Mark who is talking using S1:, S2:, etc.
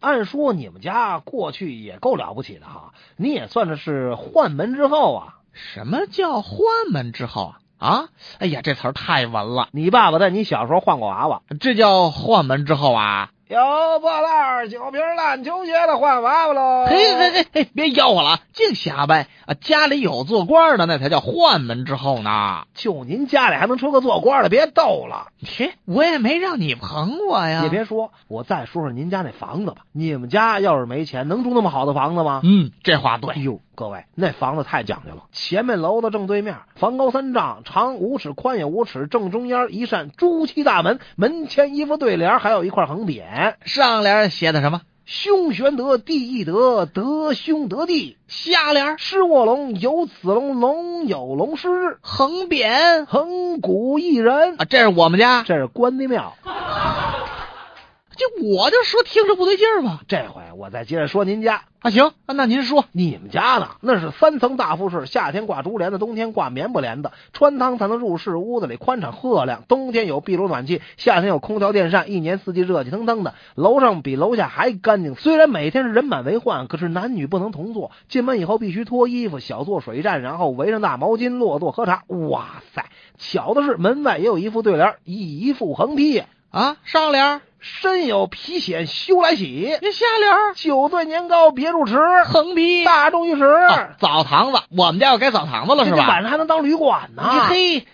S1: 按说你们家过去也够了不起的哈，你也算的是换门之后啊。
S2: 什么叫换门之后啊？啊，哎呀，这词儿太文了，
S1: 你爸爸在你小时候换过娃娃，
S2: 这叫换门之后啊！
S1: 有破烂、酒瓶、烂球鞋的换娃娃喽。
S2: 嘿，嘿嘿嘿，别吆喝了啊，净瞎掰啊！家里有做官的，那才叫换门之后呢。
S1: 就您家里还能出个做官的，别逗了。
S2: 切，我也没让你捧我哎呀。
S1: 也别说，我再说说您家那房子吧。你们家要是没钱，能住那么好的房子吗？
S2: 嗯，这话对。
S1: 哟，各位，那房子太讲究了。前面楼的正对面，房高三丈，长五尺，宽也五尺，正中间一扇朱漆大门，门前一副对联，还有一块横匾，
S2: 上联写的什么？
S1: 兄玄德，弟亦德，德兄得弟。
S2: 下联
S1: 狮卧龙，有子龙，龙有龙师，
S2: 横匾
S1: 恒古一人。
S2: 啊，这是我们家。
S1: 这是关帝庙。
S2: 这我就说听着不对劲儿吧。
S1: 这回我再接着说您家，
S2: 啊，行，啊那您说，
S1: 你们家呢？那是三层大复式，夏天挂竹帘子，冬天挂棉布帘子，穿堂才能入室。屋子里宽敞赫亮，冬天有壁炉暖气，夏天有空调电扇，一年四季热气腾腾的。楼上比楼下还干净。虽然每天是人满为患，可是男女不能同坐。进门以后必须脱衣服，小坐水站，然后围上大毛巾，落座喝茶。哇塞！巧的是，门外也有一副对联，一副横批呀
S2: 啊，上联
S1: 身有皮险，休来 喜。
S2: 这下联
S1: 酒醉年高别入池，
S2: 横批
S1: 大众浴池。
S2: 哦澡堂子，我们家要改澡堂子了
S1: 这
S2: 是
S1: 这
S2: 吧？
S1: 晚上还能当旅馆呢。
S2: 嘿，